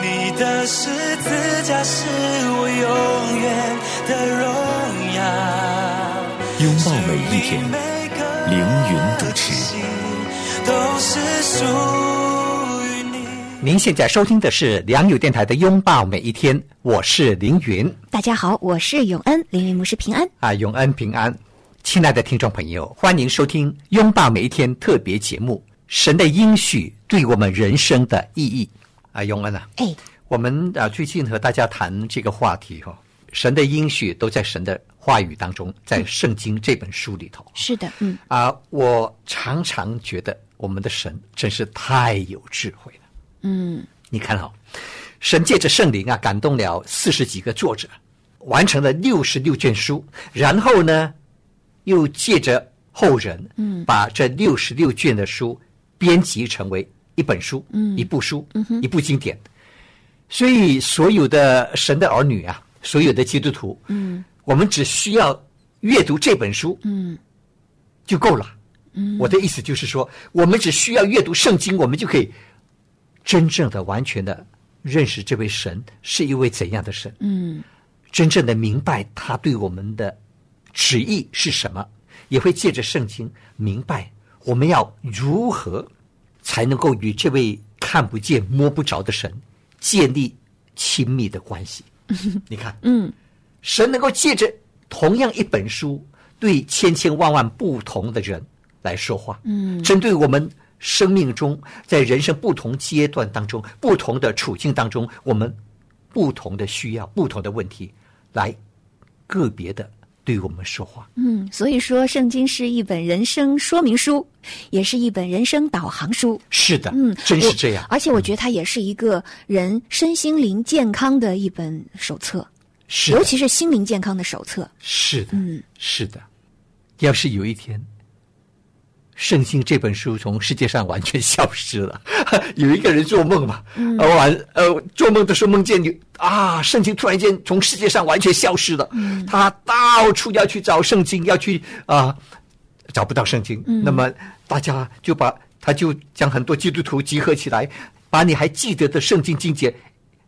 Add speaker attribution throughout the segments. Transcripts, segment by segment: Speaker 1: 你的十字架是我永远的荣耀。
Speaker 2: 拥抱每一天，凌云主持。
Speaker 1: 都是属于你。
Speaker 3: 您现在收听的是良友电台的《拥抱每一天》，我是凌云
Speaker 4: 大家好，我是永恩，灵云牧师平安。
Speaker 3: 啊，永恩平安。亲爱的听众朋友，欢迎收听《拥抱每一天》特别节目《神的应许对我们人生的意义》啊，永恩啊，
Speaker 4: 哎，
Speaker 3: 我们啊最近和大家谈这个话题哈、哦，神的应许都在神的话语当中，在圣经这本书里头。
Speaker 4: 是的，嗯，
Speaker 3: 啊，我常常觉得我们的神真是太有智慧了。嗯，你看哈、神借着圣灵啊，感动了四十几个作者，完成了六十六卷书，然后呢，又借着后人，嗯，把这六十六卷的书编辑成为一本书，嗯，一部书，嗯一部经典。所以，所有的神的儿女啊，所有的基督徒，嗯，我们只需要阅读这本书，嗯，就够了。嗯，我的意思就是说，我们只需要阅读圣经，我们就可以真正的、完全的认识这位神是一位怎样的神。嗯，真正的明白他对我们的旨意是什么，也会借着圣经明白我们要如何才能够与这位看不见、摸不着的神建立亲密的关 系。你看，嗯，神能够借着同样一本书，对千千万万不同的人来说话，嗯，针对我们生命中在人生不同阶段当中、不同的处境当中，我们不同的需要、不同的问题，来个别的对我们说话。
Speaker 4: 嗯，所以说，圣经是一本人生说明书，也是一本人生导航书。
Speaker 3: 是的，
Speaker 4: 嗯，
Speaker 3: 真是
Speaker 4: 我
Speaker 3: 这样，
Speaker 4: 而且我觉得它也是一个人身心灵健康的一本手册，
Speaker 3: 是的
Speaker 4: 尤其是心灵健康的手册。
Speaker 3: 是的，是的。要是有一天，圣经这本书从世界上完全消失了， 有一个人做梦嘛，呃完呃做梦的时候梦见有啊，圣经突然间从世界上完全消失了，他到处要去找圣经，要去啊、找不到圣经，那么大家就把他就将很多基督徒集合起来，把你还记得的圣经经节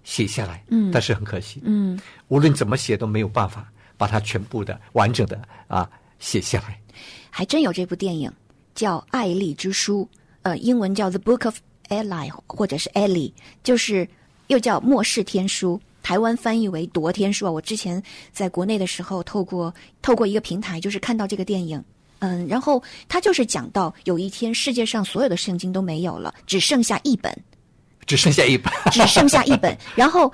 Speaker 3: 写下来，嗯，但是很可惜，嗯，无论怎么写都没有办法把它全部的完整的啊写下来。
Speaker 4: 还真有这部电影叫《爱丽之书》，呃，英文叫《The Book of Eli》或者是《Ellie》，就是又叫《末世天书》，台湾翻译为《夺天书》啊。我之前在国内的时候，透过透过一个平台，就是看到这个电影。嗯，然后他就是讲到有一天世界上所有的圣经都没有了，只剩下一本，
Speaker 3: 只剩下一半。
Speaker 4: 只剩下一本。然后，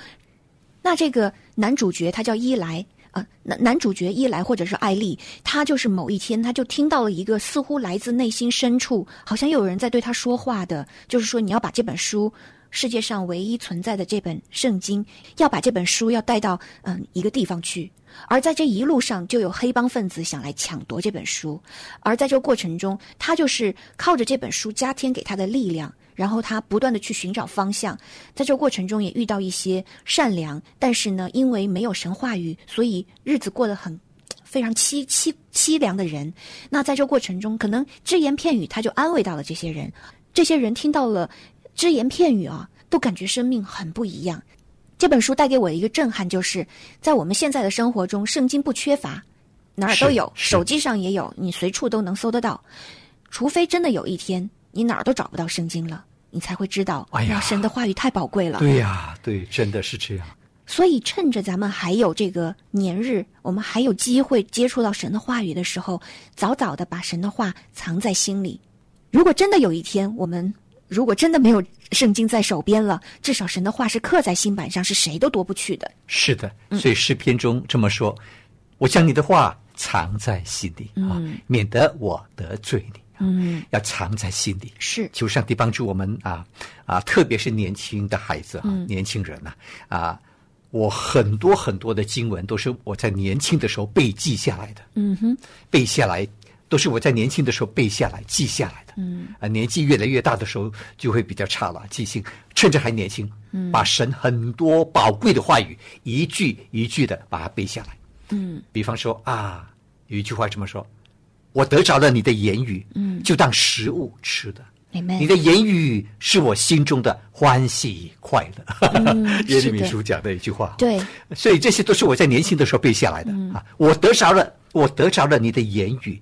Speaker 4: 那这个男主角他叫伊莱啊、呃男男主角伊莱或者是艾丽，他就是某一天他就听到了一个似乎来自内心深处，好像有人在对他说话的，就是说你要把这本书。世界上唯一存在的这本圣经，要把这本书要带到嗯一个地方去，而在这一路上就有黑帮分子想来抢夺这本书，而在这个过程中，他就是靠着这本书加添给他的力量，然后他不断的去寻找方向，在这个过程中也遇到一些善良，但是呢，因为没有神话语，所以日子过得很非常凄凄凄凉的人。那在这过程中，可能只言片语他就安慰到了这些人，这些人听到了只言片语啊，都感觉生命很不一样。这本书带给我的一个震撼，就是在我们现在的生活中，圣经不缺乏，哪儿都
Speaker 3: 是
Speaker 4: 有，
Speaker 3: 是
Speaker 4: 手机上也有，你随处都能搜得到。除非真的有一天你哪儿都找不到圣经了，你才会知道，
Speaker 3: 哎呀
Speaker 4: 哇神的话语太宝贵了。
Speaker 3: 对呀、对，真的是这样。
Speaker 4: 所以，趁着咱们还有这个年日，我们还有机会接触到神的话语的时候，早早的把神的话藏在心里。如果真的有一天，我们如果真的没有圣经在手边了，至少神的话是刻在心板上，是谁都夺不去的。
Speaker 3: 是的，所以诗篇中这么说：“我将你的话藏在心里啊，免得我得罪你。”嗯，要藏在心里。
Speaker 4: 是
Speaker 3: 求上帝帮助我们啊啊，特别是年轻的孩子啊，年轻人呐啊我很多很多的经文都是我在年轻的时候背记下来的，嗯哼，背下来都是我在年轻的时候背下来、记下来的，嗯啊，年纪越来越大的时候就会比较差了，记性，趁着还年轻，嗯，把神很多宝贵的话语一句一句的把它背下来，嗯，比方说啊，有一句话这么说，我得着了你的言语，嗯，就当食物吃的。
Speaker 4: Amen
Speaker 3: 你的言语是我心中的欢喜快乐。 耶利米
Speaker 4: 嗯是的
Speaker 3: 书讲的一句话。
Speaker 4: 对，
Speaker 3: 所以这些都是我在年轻的时候背下来的、啊。我得着了，我得着了你的言语，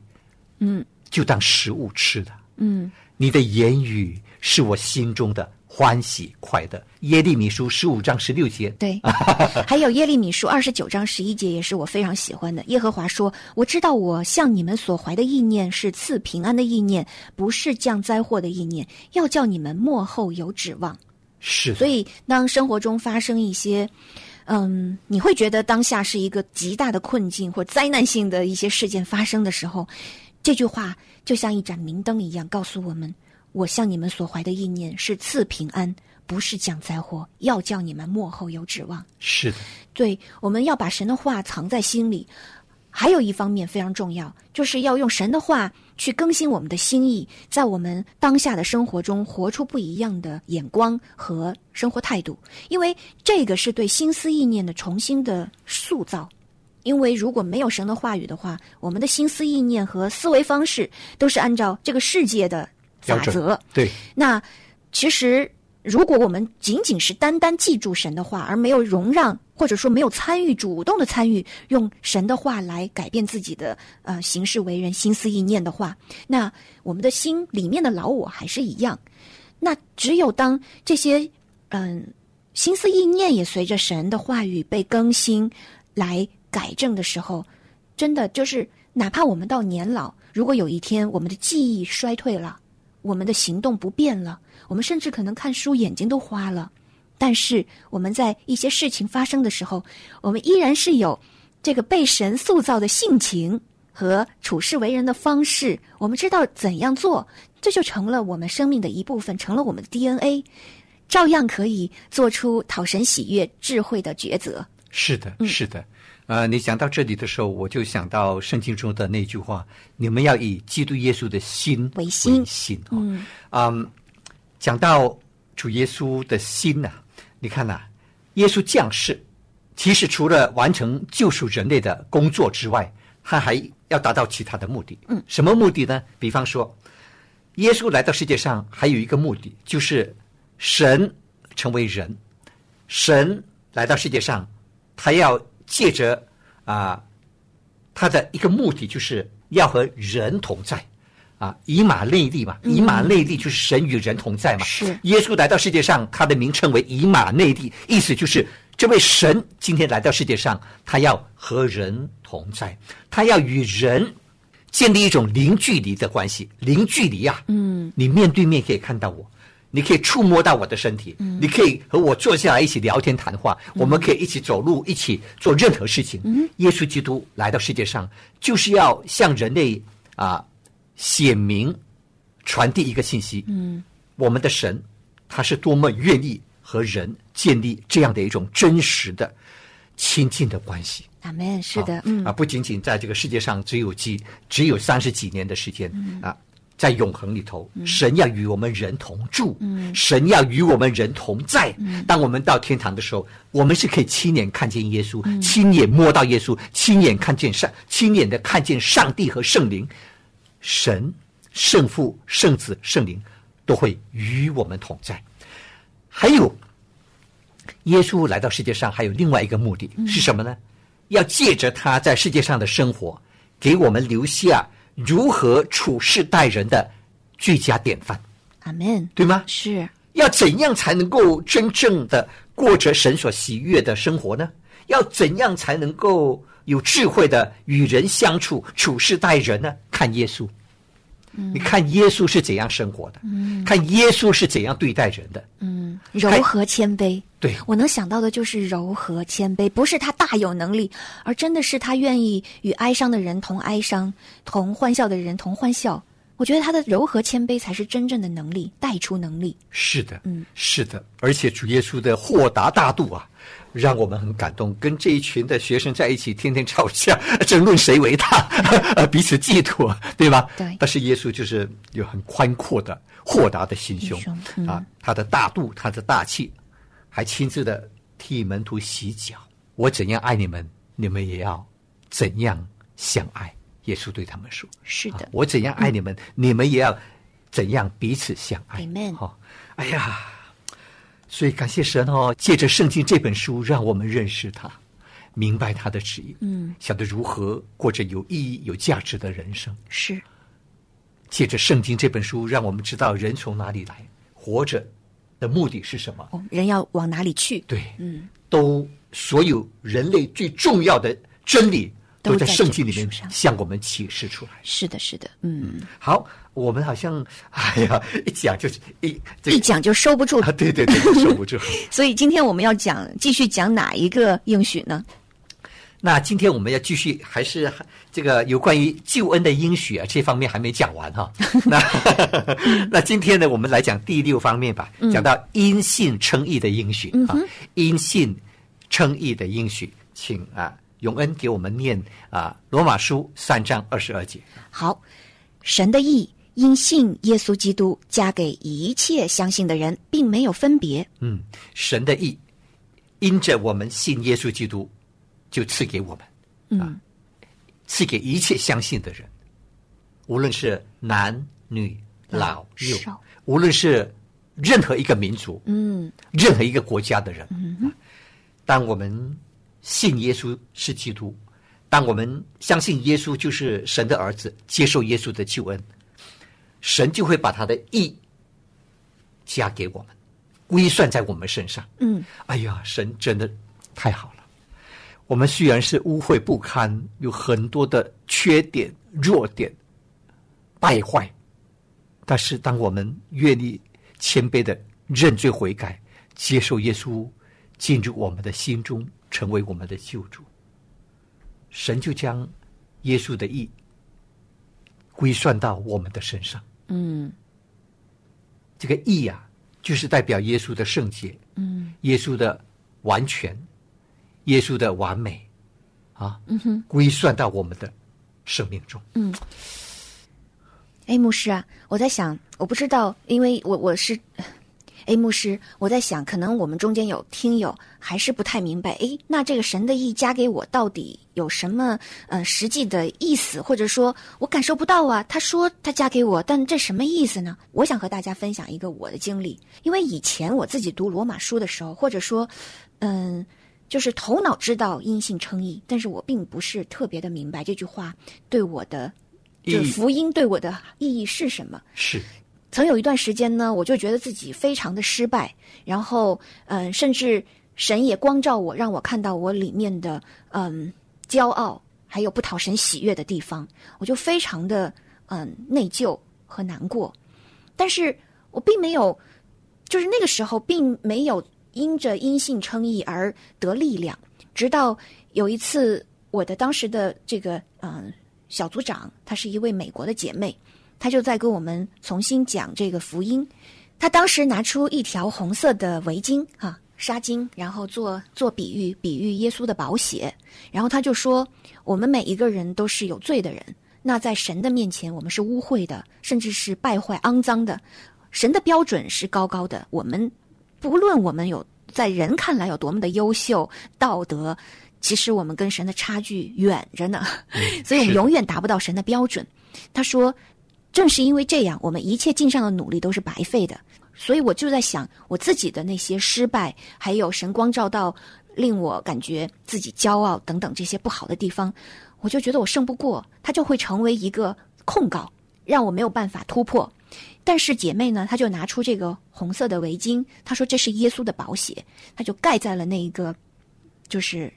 Speaker 3: 嗯，就当食物吃的。嗯，你的言语是我心中的欢喜快乐。耶利米书十五章十六节。
Speaker 4: 对，还有耶利米书二十九章十一节也是我非常喜欢的。耶和华说：“我知道我向你们所怀的意念是赐平安的意念，不是降灾祸的意念，要叫你们幕后有指望。”
Speaker 3: 是的，
Speaker 4: 所以，当生活中发生一些，嗯，你会觉得当下是一个极大的困境或灾难性的一些事件发生的时候，这句话就像一盏明灯一样，告诉我们：我向你们所怀的意念是赐平安，不是降灾祸，要叫你们幕后有指望。
Speaker 3: 是的，
Speaker 4: 对，我们要把神的话藏在心里。还有一方面非常重要，就是要用神的话去更新我们的心意，在我们当下的生活中活出不一样的眼光和生活态度，因为这个是对心思意念的重新的塑造。因为如果没有神的话语的话，我们的心思意念和思维方式都是按照这个世界的
Speaker 3: 标
Speaker 4: 法
Speaker 3: 准
Speaker 4: 则，
Speaker 3: 对，
Speaker 4: 那其实，如果我们仅仅是单单记住神的话，而没有容让或者说没有参与主动的参与，用神的话来改变自己的呃行事为人、心思意念的话，那我们的心里面的老我还是一样。那只有当这些嗯心思意念也随着神的话语被更新来改正的时候，真的就是哪怕我们到年老，如果有一天我们的记忆衰退了。我们的行动不变了，我们甚至可能看书眼睛都花了，但是我们在一些事情发生的时候，我们依然是有这个被神塑造的性情和处事为人的方式，我们知道怎样做，这就成了我们生命的一部分，成了我们的 DNA，照样可以做出讨神喜悦、智慧的抉择。
Speaker 3: 是的，是的。呃，你讲到这里的时候，我就想到圣经中的那句话：“你们要以基督耶稣的心
Speaker 4: 为心
Speaker 3: 心。”哦，嗯，讲到主耶稣的心呐、你看呐、耶稣降世，其实除了完成救赎人类的工作之外，他还要达到其他的目的。嗯，什么目的呢？比方说，耶稣来到世界上还有一个目的，就是神成为人，神来到世界上，他要借着啊、他的一个目的就是要和人同在。啊，以马内利嘛，以马内利就是神与人同在嘛。
Speaker 4: 是
Speaker 3: 耶稣来到世界上，他的名称为以马内利，意思就是这位神今天来到世界上，他要和人同在，他要与人建立一种零距离的关系。零距离啊，嗯，你面对面可以看到我，你可以触摸到我的身体，你可以和我坐下来一起聊天谈话，我们可以一起走路，一起做任何事情。耶稣基督来到世界上，就是要向人类啊显明、传递一个信息。嗯，我们的神他是多么愿意和人建立这样的一种真实的、亲近的关系。
Speaker 4: 阿门。是的
Speaker 3: 啊，
Speaker 4: 嗯
Speaker 3: 啊，不仅仅在这个世界上只有几只有三十几年的时间、
Speaker 4: 嗯
Speaker 3: 啊，在永恒里头，神要与我们人同住，
Speaker 4: 嗯
Speaker 3: 神要与我们人同在。当我们到天堂的时候，我们是可以亲眼看见耶稣，
Speaker 4: 嗯
Speaker 3: 亲眼摸到耶稣，亲眼看见上，亲眼的看见上帝和圣灵，神、圣父、圣子、圣灵都会与我们同在。还有，耶稣来到世界上还有另外一个目的、是什么呢？要借着他在世界上的生活，给我们留下如何处世待人的最佳典范，
Speaker 4: 阿门。
Speaker 3: 对吗？
Speaker 4: 是
Speaker 3: 要怎样才能够真正的过着神所喜悦的生活呢？要怎样才能够有智慧的与人相处、处事待人呢？看耶稣，你看耶稣是怎样生活的，看耶稣是怎样对待人的，
Speaker 4: 柔
Speaker 3: 还
Speaker 4: 和谦卑。
Speaker 3: 对
Speaker 4: 我能想到的就是柔和谦卑，不是他大有能力，而真的是他愿意与哀伤的人同哀伤，同欢笑的人同欢笑，我觉得他的柔和谦卑才是真正的能力，带出能力。
Speaker 3: 是的，嗯，是的，而且主耶稣的豁达大度啊，让我们很感动。跟这一群的学生在一起，天天吵架， 争论谁伟大， 呃彼此嫉妒，对吧？
Speaker 4: 对
Speaker 3: 但是耶稣就是有很宽阔的、豁达的心胸
Speaker 4: 心胸嗯
Speaker 3: 啊，他的大度，他的大气，还亲自的替门徒洗脚。我怎样爱你们，你们也要怎样相爱。耶稣对他们说：“
Speaker 4: 是的
Speaker 3: 啊我怎样爱你们，你们也要怎样彼此相爱。
Speaker 4: Amen
Speaker 3: 好、哎呀，所以感谢神哦，借着圣经这本书，让我们认识他，明白他的旨意，嗯，晓得如何过着有意义、有价值的人生。
Speaker 4: 是，
Speaker 3: 借着圣经这本书，让我们知道人从哪里来，活着的目的是什么。
Speaker 4: 哦，人要往哪里去？
Speaker 3: 对，嗯，都所有人类最重要的真理。
Speaker 4: 都
Speaker 3: 都在
Speaker 4: 在
Speaker 3: 圣
Speaker 4: 这
Speaker 3: 经里
Speaker 4: 本书
Speaker 3: 面
Speaker 4: 上
Speaker 3: 向我们启示出来。
Speaker 4: 是的，是的，嗯，
Speaker 3: 好，我们好像， 哎呀，一讲就是一这
Speaker 4: 一讲就收不住
Speaker 3: 啊，。对对对，守不住。
Speaker 4: 所以今天我们要讲，继续讲哪一个应许呢？
Speaker 3: 那今天我们要继续，还是这个有关于救恩的应许啊，这方面还没讲完哈、那 那今天呢，我们来讲第六方面吧，讲到因信称义的应许啊，因信称义的应许，请啊永恩给我们念啊罗马书三章二十二节。
Speaker 4: 好，神的义因信耶稣基督加给一切相信的人，并没有分别。
Speaker 3: 嗯，神的意，因着我们信耶稣基督，就赐给我们，
Speaker 4: 嗯
Speaker 3: 啊，赐给一切相信的人，无论是男女老幼
Speaker 4: 嗯少，
Speaker 3: 无论是任何一个民族，
Speaker 4: 嗯，
Speaker 3: 任何一个国家的人。啊当我们信耶稣是基督，当我们相信耶稣就是神的儿子，接受耶稣的救恩，神就会把他的义加给我们，归算在我们身上。
Speaker 4: 嗯，
Speaker 3: 哎呀，神真的太好了。我们虽然是污秽不堪，有很多的缺点、弱点、败坏，但是当我们愿意谦卑的认罪悔改，接受耶稣进入我们的心中，成为我们的救主，神就将耶稣的义归算到我们的身上。嗯，这个义啊，就是代表耶稣的圣洁，嗯，耶稣的完全，耶稣的完美，啊，嗯哼，归算到我们的生命中。
Speaker 4: 嗯哎，牧师啊，我在想，我不知道，因为我我是，哎，牧师，我在想，可能我们中间有听友还是不太明白，哎，那这个神的意加给我到底有什么呃实际的意思，或者说我感受不到啊？他说他加给我，但这什么意思呢？我想和大家分享一个我的经历，因为以前我自己读罗马书的时候，或者说，嗯。就是头脑知道因信称义，但是我并不是特别的明白这句话对我的，就
Speaker 3: 意
Speaker 4: 是
Speaker 3: 义
Speaker 4: 福音对我的意义是什么。
Speaker 3: 是，
Speaker 4: 曾有一段时间呢，我就觉得自己非常的失败，然后嗯、呃甚至神也光照我，让我看到我里面的嗯、骄傲，还有不讨神喜悦的地方，我就非常的嗯、内疚和难过。但是我并没有，就是那个时候并没有因着因信称义而得力量。直到有一次，我的当时的这个嗯、呃小组长，她是一位美国的姐妹，她就在跟我们重新讲这个福音。她当时拿出一条红色的围巾啊，纱巾，然后做做比喻，比喻耶稣的宝血。然后她就说，我们每一个人都是有罪的人，那在神的面前，我们是污秽的，甚至是败坏、肮脏的。神的标准是高高的，我们不论我们有在人看来有多么的优秀、道德，其实我们跟神的差距远着呢，所以我们
Speaker 3: 是
Speaker 4: 永远达不到神的标准。他说，正是因为这样，我们一切尽上的努力都是白费的。所以我就在想，我自己的那些失败，还有神光照到令我感觉自己骄傲等等这些不好的地方，我就觉得我胜不过，它就会成为一个控告，让我没有办法突破。但是姐妹呢，她就拿出这个红色的围巾，她说这是耶稣的宝血，她就盖在了那一个，就是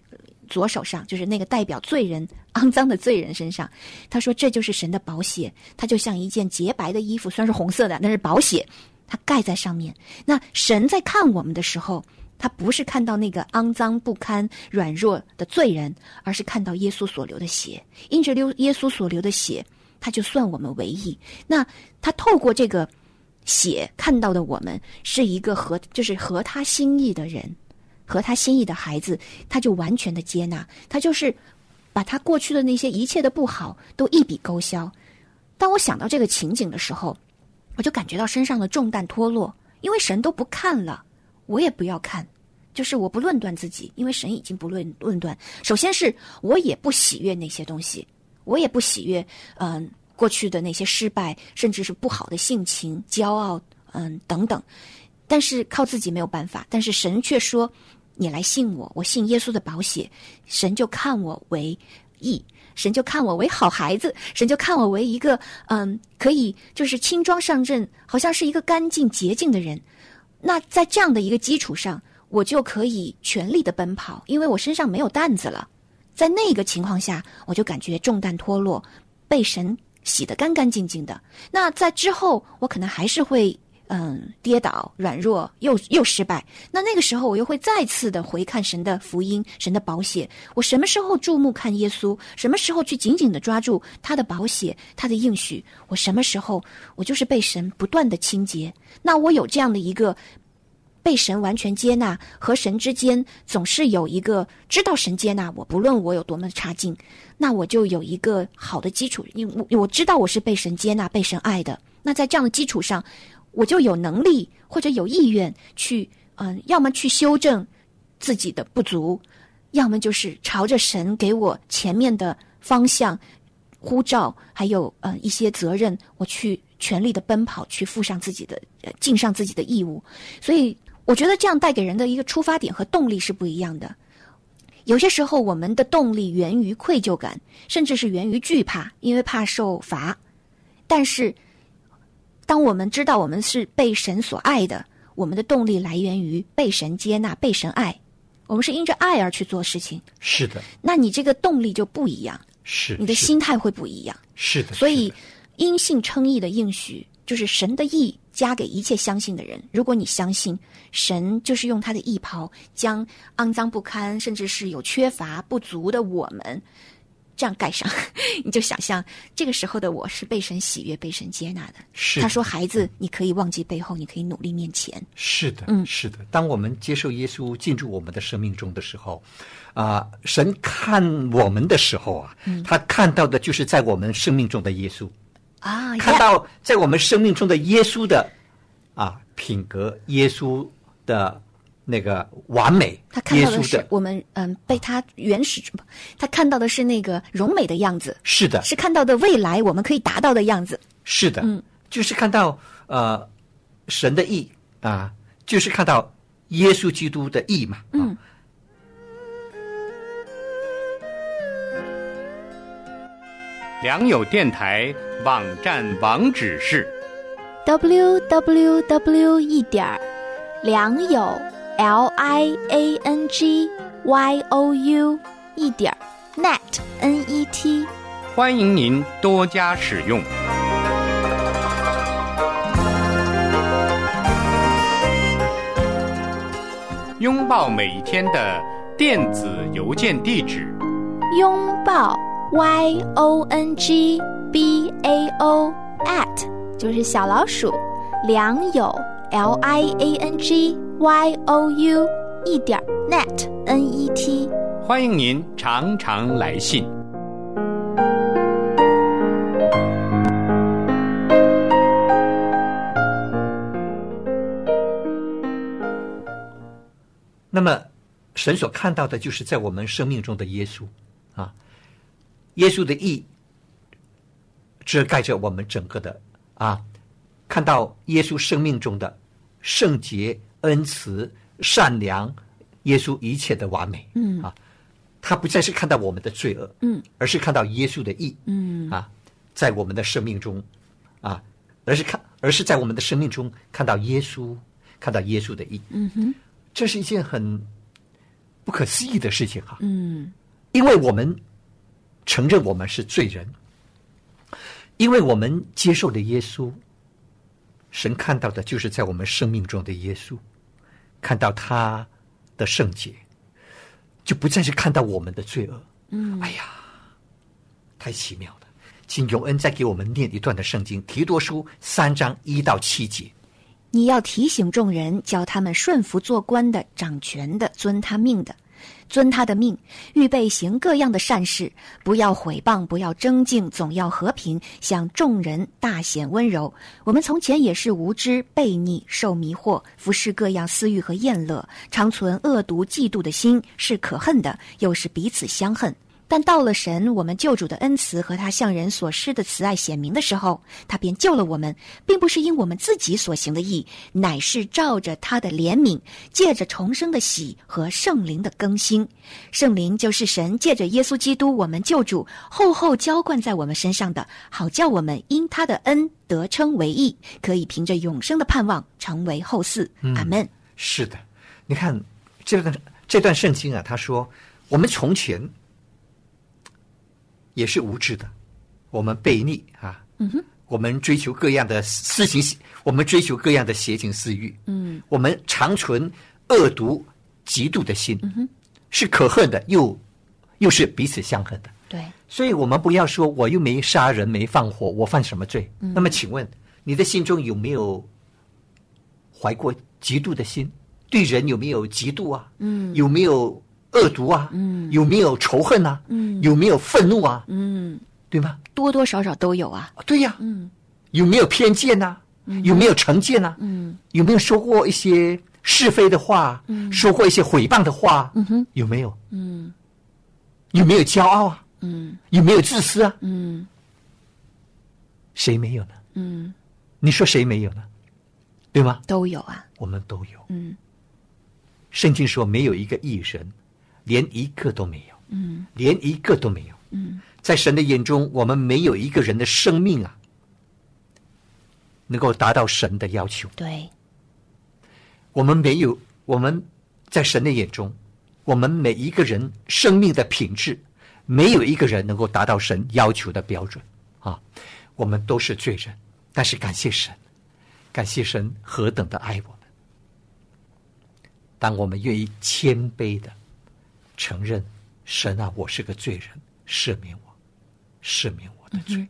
Speaker 4: 左手上，就是那个代表罪人肮脏的罪人身上。她说这就是神的宝血，它就像一件洁白的衣服，虽然是红色的，但是宝血，它盖在上面。那神在看我们的时候，他不是看到那个肮脏不堪、软弱的罪人，而是看到耶稣所流的血。因着流耶稣所流的血，他就算我们为义。那他透过这个血看到的我们是一个合，就是合他心意的人，合他心意的孩子，他就完全的接纳，他就是把他过去的那些一切的不好都一笔勾销。当我想到这个情景的时候，我就感觉到身上的重担脱落，因为神都不看了，我也不要看。就是我不论断自己，因为神已经不论论断。首先是我也不喜悦那些东西，我也不喜悦，嗯、过去的那些失败，甚至是不好的性情、骄傲，嗯、等等。但是靠自己没有办法，但是神却说：“你来信我，我信耶稣的宝血。”神就看我为义，神就看我为好孩子，神就看我为一个嗯，可以就是轻装上阵，好像是一个干净洁净的人。那在这样的一个基础上，我就可以全力的奔跑，因为我身上没有担子了。在那个情况下，我就感觉重担脱落，被神洗得干干净净的。那在之后，我可能还是会嗯跌倒、软弱，又又失败。那那个时候，我又会再次的回看神的福音、神的宝血。我什么时候注目看耶稣？什么时候去紧紧的抓住他的宝血、他的应许？我什么时候我就是被神不断的清洁？那我有这样的一个被神完全接纳和神之间总是有一个知道神接纳我，不论我有多么差劲，那我就有一个好的基础，因为我我知道我是被神接纳、被神爱的。那在这样的基础上，我就有能力或者有意愿去，嗯、要么去修正自己的不足，要么就是朝着神给我前面的方向呼召，还有呃一些责任，我去全力的奔跑，去负上自己的、呃、尽上自己的义务。所以我觉得这样带给人的一个出发点和动力是不一样的。有些时候，我们的动力源于愧疚感，甚至是源于惧怕，因为怕受罚。但是，当我们知道我们是被神所爱的，我们的动力来源于被神接纳、被神爱。我们是因着爱而去做事情，
Speaker 3: 是的，
Speaker 4: 那你这个动力就不一样，
Speaker 3: 是
Speaker 4: 你的
Speaker 3: 是
Speaker 4: 心态会不一样。
Speaker 3: 是的，
Speaker 4: 所
Speaker 3: 是
Speaker 4: 以
Speaker 3: 的，
Speaker 4: 因信称义的应许，就是神的义加给一切相信的人。如果你相信，神就是用他的义袍将肮脏不堪，甚至是有缺乏不足的我们，这样盖上。 你就想象这个时候的我是被神喜悦、被神接纳的。
Speaker 3: 是
Speaker 4: 他
Speaker 3: 的
Speaker 4: 说：“孩子，你可以忘记背后，你可以努力面前。
Speaker 3: 是的，
Speaker 4: 嗯
Speaker 3: 是的。当我们接受耶稣进入我们的生命中的时候，啊、神看我们的时候啊，
Speaker 4: 嗯
Speaker 3: 他看到的就是在我们生命中的耶稣，”
Speaker 4: 啊，
Speaker 3: 看
Speaker 4: yeah
Speaker 3: 到在我们生命中的耶稣的啊品格，耶稣的那个完美
Speaker 4: 他，看
Speaker 3: 耶
Speaker 4: 到的
Speaker 3: 稣
Speaker 4: 是
Speaker 3: 的
Speaker 4: 我们，嗯，被他原始，不他看到的是那个荣美的样子，
Speaker 3: 是的，
Speaker 4: 是看到的未来我们可以达到的样子。
Speaker 3: 是的，
Speaker 4: 嗯
Speaker 3: 就是看到呃神的意啊，就是看到耶稣基督的意嘛。啊
Speaker 4: 嗯。
Speaker 5: 良友电台网站网址是
Speaker 6: www 一点儿良友 l i a n g y o u 一点儿 net n e t。
Speaker 5: 欢迎您多加使用。拥抱每一天的电子邮件地址，
Speaker 6: 拥抱 y o n g b a o at 就是小老鼠良友 l i a n g y o u 一点儿 net n e t。
Speaker 5: 欢迎您常常来信。
Speaker 3: 那么，神所看到的就是在我们生命中的耶稣啊，耶稣的意遮盖着我们整个的啊，看到耶稣生命中的圣洁、恩慈、善良，耶稣一切的完美。嗯啊，他不再是看到我们的罪恶，
Speaker 4: 嗯，
Speaker 3: 而是看到耶稣的意，
Speaker 4: 嗯
Speaker 3: 啊，在我们的生命中啊，而是看，而是在我们的生命中看到耶稣，看到耶稣的意。嗯哼，这是一件很不可思议的事情哈、
Speaker 4: 嗯。
Speaker 3: 因为我们承认我们是罪人，因为我们接受了耶稣，神看到的就是在我们生命中的耶稣，看到他的圣洁，就不再是看到我们的罪恶。嗯，哎呀，太奇妙了！请永恩再给我们念一段的圣经，提多书三章一到七节。
Speaker 4: 你要提醒众人，教他们顺服做官的、掌权的、遵他命的，遵他的命，预备行各样的善事，不要毁谤，不要争竞，总要和平，向众人大显温柔。我们从前也是无知、悖逆、受迷惑，服侍各样私欲和厌乐，常存恶毒、嫉妒的心，是可恨的，又是彼此相恨。但到了神我们救主的恩慈和他向人所施的慈爱显明的时候，他便救了我们，并不是因我们自己所行的义，乃是照着他的怜悯，借着重生的喜和圣灵的更新。圣灵就是神借着耶稣基督我们救主厚厚浇灌在我们身上的，好叫我们因他的恩得称为义，可以凭着永生的盼望成为后嗣。阿门。
Speaker 3: 是的，你看这段这段圣经啊，他说我们从前也是无知的，我们悖逆啊，嗯哼，我们追求各样的私情，我们追求各样的邪情私欲，嗯，我们常存恶毒、嫉妒的心，嗯哼，是可恨的，又又是彼此相恨的。
Speaker 4: 对，
Speaker 3: 所以我们不要说我又没杀人、没放火，我犯什么罪？那么请问你的心中有没有怀过嫉妒的心？对人有没有嫉妒啊？嗯，有没有恶毒啊？嗯，有没有仇恨啊？嗯，有没有愤怒啊？嗯，对吗？
Speaker 4: 多多少少都有啊。
Speaker 3: 对呀、嗯，有没有偏见呐、有没有成见呐、嗯，有没有说过一些是非的话？嗯，说过一些诽谤的话？嗯哼，有没有？嗯，有没有骄傲啊？嗯，有没有自私啊？嗯，谁没有呢？嗯，你说谁没有呢？对吗？
Speaker 4: 都有啊，
Speaker 3: 我们都有。嗯，圣经说没有一个艺人，连一个都没有。嗯，连一个都没有。嗯，在神的眼中，我们没有一个人的生命啊，能够达到神的要求。
Speaker 4: 对，
Speaker 3: 我们没有，我们在神的眼中，我们每一个人生命的品质，没有一个人能够达到神要求的标准啊。我们都是罪人，但是感谢神，感谢神何等的爱我们。当我们愿意谦卑的承认，神啊，我是个罪人，赦免我，赦免我的罪，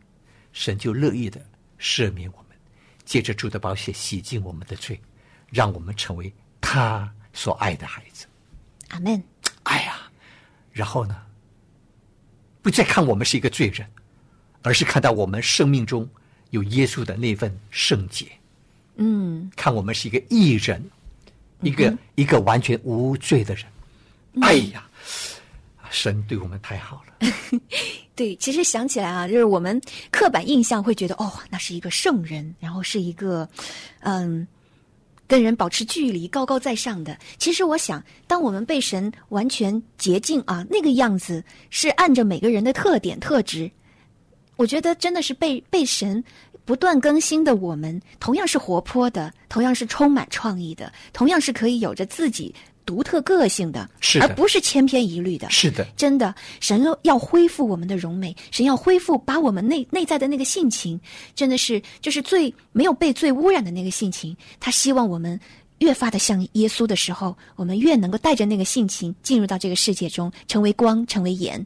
Speaker 3: 神就乐意的赦免我们，借着主的宝血洗净我们的罪，让我们成为他所爱的孩子。
Speaker 4: 阿门。
Speaker 3: 哎呀，然后呢，不再看我们是一个罪人，而是看到我们生命中有耶稣的那份圣洁。嗯，看我们是一个义人，一个、一个完全无罪的人。哎呀，神对我们太好了。
Speaker 4: 对，其实想起来啊，就是我们刻板印象会觉得，哦，那是一个圣人，然后是一个，嗯，跟人保持距离、高高在上的。其实我想，当我们被神完全洁净啊，那个样子是按着每个人的特点特质。我觉得真的是被被神不断更新的我们，同样是活泼的，同样是充满创意的，同样是可以有着自己独特个性的，
Speaker 3: 是的
Speaker 4: 而不是千篇一律的。
Speaker 3: 是的，
Speaker 4: 真的，神要恢复我们的容美，神要恢复把我们内内在的那个性情，真的是就是最没有被罪污染的那个性情。他希望我们越发的像耶稣的时候，我们越能够带着那个性情进入到这个世界中，成为光，成为盐。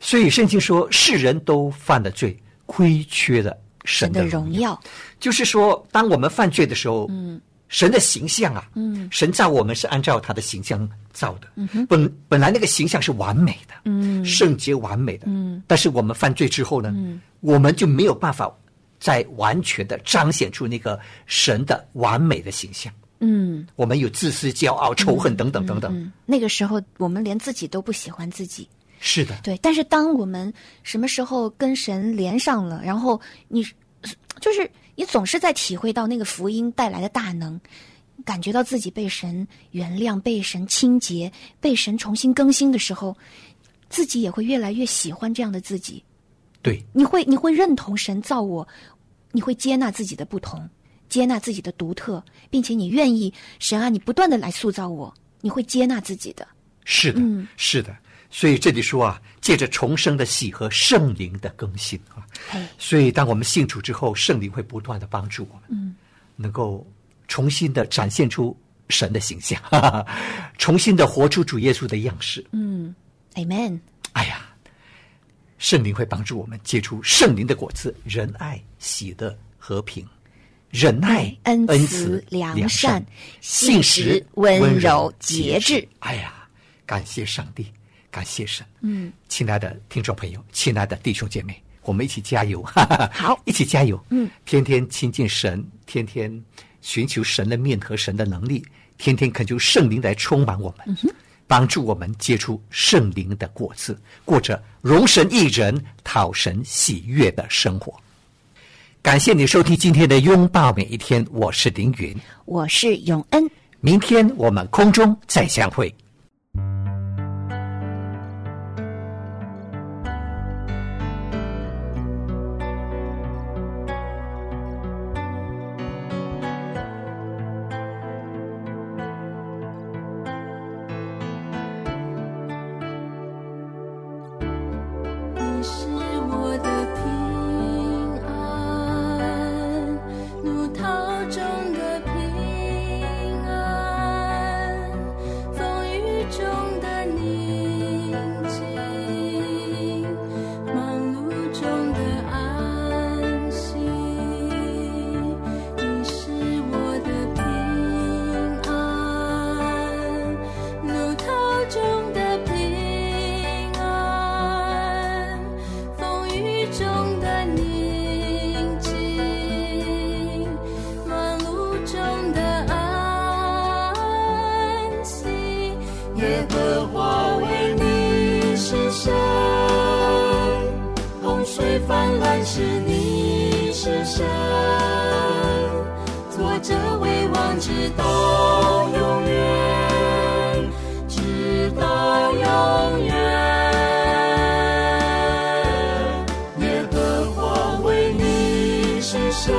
Speaker 3: 所以圣经说，世人都犯了罪，亏缺了神
Speaker 4: 神
Speaker 3: 的
Speaker 4: 的
Speaker 3: 荣
Speaker 4: 荣
Speaker 3: 耀。
Speaker 4: 耀，
Speaker 3: 就是说，当我们犯罪的时候，嗯，神的形象啊，嗯，神造我们是按照他的形象造的，嗯本本来那个形象是完美的，嗯，圣洁完美的，嗯，但是我们犯罪之后呢，嗯，我们就没有办法再完全的彰显出那个神的完美的形象，
Speaker 4: 嗯，
Speaker 3: 我们有自私、骄傲、仇恨等等等等，
Speaker 4: 嗯，那个时候我们连自己都不喜欢自己。
Speaker 3: 是的，
Speaker 4: 对，但是当我们什么时候跟神连上了，然后你就是你总是在体会到那个福音带来的大能，感觉到自己被神原谅、被神清洁、被神重新更新的时候，自己也会越来越喜欢这样的自己。
Speaker 3: 对，
Speaker 4: 你会你会认同神造我，你会接纳自己的不同，接纳自己的独特，并且你愿意神啊，你不断的来塑造我，你会接纳自己的。
Speaker 3: 是的，是的。所以这里说啊，借着重生的喜和圣灵的更新啊
Speaker 4: 嘿，
Speaker 3: 所以当我们信主之后，圣灵会不断的帮助我们，嗯，能够重新的展现出神的形象， 哈哈重新的活出主耶稣的样式。
Speaker 4: Amen。
Speaker 3: 哎呀，圣灵会帮助我们结出圣灵的果子：仁爱、喜乐、和平。忍耐、
Speaker 4: 恩
Speaker 3: 恩
Speaker 4: 慈
Speaker 3: 慈、
Speaker 4: 良
Speaker 3: 良
Speaker 4: 善
Speaker 3: 善、
Speaker 4: 信实温
Speaker 3: 温
Speaker 4: 柔节
Speaker 3: 节
Speaker 4: 制。
Speaker 3: 哎呀，感谢上帝，感谢神。嗯，亲爱的听众朋友，亲爱的弟兄姐妹，我们一起加油！哈哈
Speaker 4: 好
Speaker 3: 一起加油！
Speaker 4: 嗯，
Speaker 3: 天天亲近神，天天寻求神的面和神的能力，天天恳求圣灵来充满我
Speaker 4: 嗯
Speaker 3: 们，帮助我们结出圣灵的果子，过着容神一人、讨神喜悦的生活。感谢你收听今天的《拥抱每一天》，我是凌云，
Speaker 4: 我是永恩。
Speaker 3: 明天我们空中再相会。
Speaker 7: 你是我的平安，怒涛中的平安，风雨中的宁静，忙碌中的安息。你是我的平安，怒涛中的平安，风雨中的宁静，忙碌中的安息。耶和华为你是神，洪水泛滥时你是神，作者为王直到永远，直到永远。耶和华为你是神，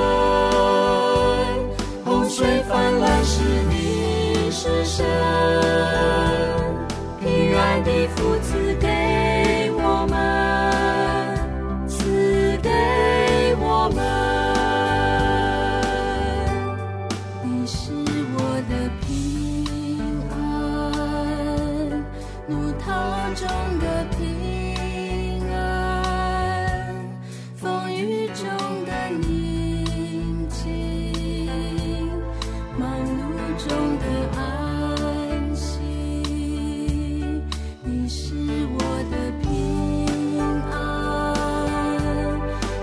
Speaker 7: 洪水泛滥时你是神，平安的福赐给我们，赐给我们。你是我的平安，怒涛中的平安，风雨中的宁静，忙碌中的安息。你是我的平安，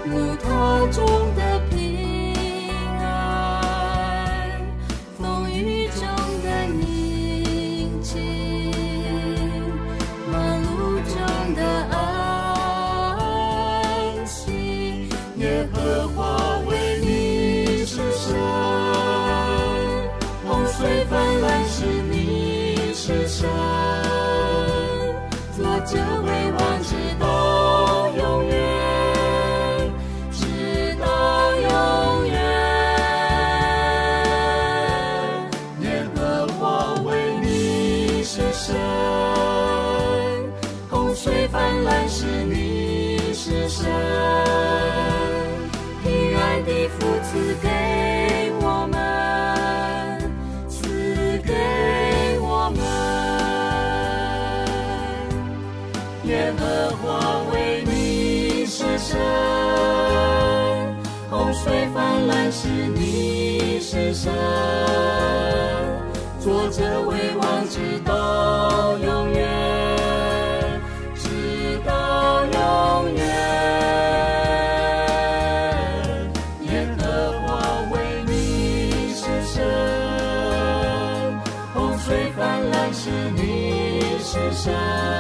Speaker 7: 怒涛中的平安，风雨中的宁静，忙碌中的安息。耶和华为你是神，洪水泛滥时你是神。作者为王，直到永远，直到永远。耶和华为你是神，洪水泛滥时你是神，平安的福赐给我们，赐给我们。耶和华为你是神，洪水泛滥时你是神，作者为王直到永远，直到永远。耶和华为你是神，洪水泛滥时你是神。